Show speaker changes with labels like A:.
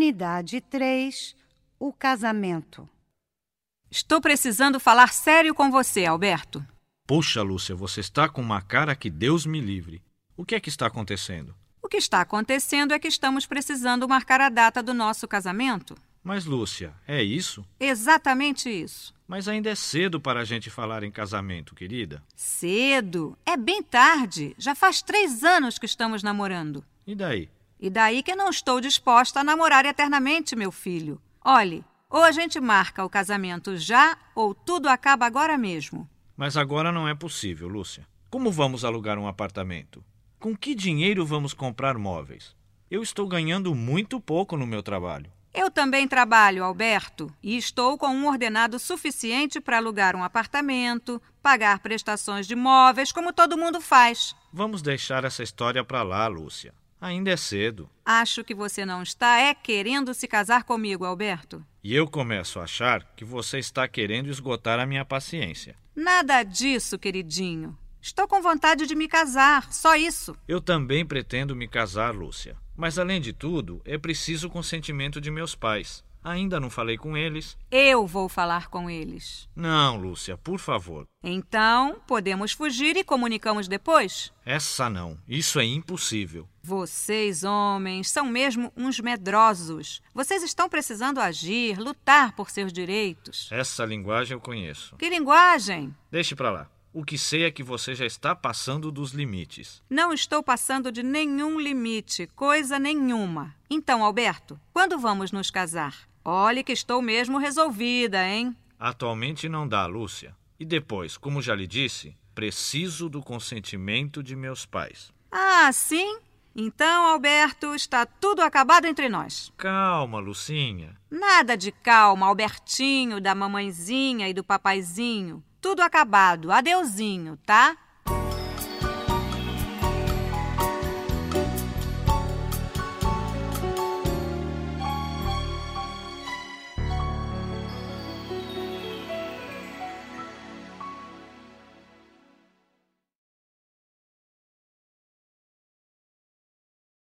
A: Unidade 3 O casamento.
B: Estou precisando falar sério com você, Alberto.
C: Puxa, Lúcia, você está com uma cara que Deus me livre. O que é que está acontecendo?
B: O que está acontecendo é que estamos precisando marcar a data do nosso casamento.
C: Mas, Lúcia, é isso?
B: Exatamente isso.
C: Mas ainda é cedo para a gente falar em casamento, querida.
B: Cedo. É bem tarde. Já faz três anos que estamos namorando.
C: E daí?
B: E daí que não estou disposta a namorar eternamente, meu filho. Olhe, ou a gente marca o casamento já, ou tudo acaba agora mesmo.
C: Mas agora não é possível, Lúcia. Como vamos alugar um apartamento? Com que dinheiro vamos comprar móveis? Eu estou ganhando muito pouco no meu trabalho.
B: Eu também trabalho, Alberto, e estou com um ordenado suficiente para alugar um apartamento, pagar prestações de móveis, como todo mundo faz.
C: Vamos deixar essa história para lá, Lúcia. Ainda é cedo.
B: Acho que você não está é querendo se casar comigo, Alberto.
C: E eu começo a achar que você está querendo esgotar a minha paciência.
B: Nada disso, queridinho. Estou com vontade de me casar, só isso.
C: Eu também pretendo me casar, Lúcia. Mas além de tudo, é preciso o consentimento de meus pais. Ainda não falei com eles.
B: Eu vou falar com eles.
C: Não, Lúcia, por favor.
B: Então, podemos fugir e comunicamos depois?
C: Essa não. Isso é impossível.
B: Vocês, homens, são mesmo uns medrosos. Vocês estão precisando agir, lutar por seus direitos.
C: Essa linguagem eu conheço.
B: Que linguagem!
C: Deixe pra lá. O que sei é que você já está passando dos limites.
B: Não estou passando de nenhum limite, coisa nenhuma. Então, Alberto, quando vamos nos casar? Olhe que estou mesmo resolvida, hein?
C: Atualmente não dá, Lúcia. E depois, como já lhe disse, preciso do consentimento de meus pais.
B: Ah, sim? Então, Alberto, está tudo acabado entre nós.
C: Calma, Lucinha.
B: Nada de calma, Albertinho, da mamãezinha e do papaizinho. Tudo acabado. Adeuzinho, tá?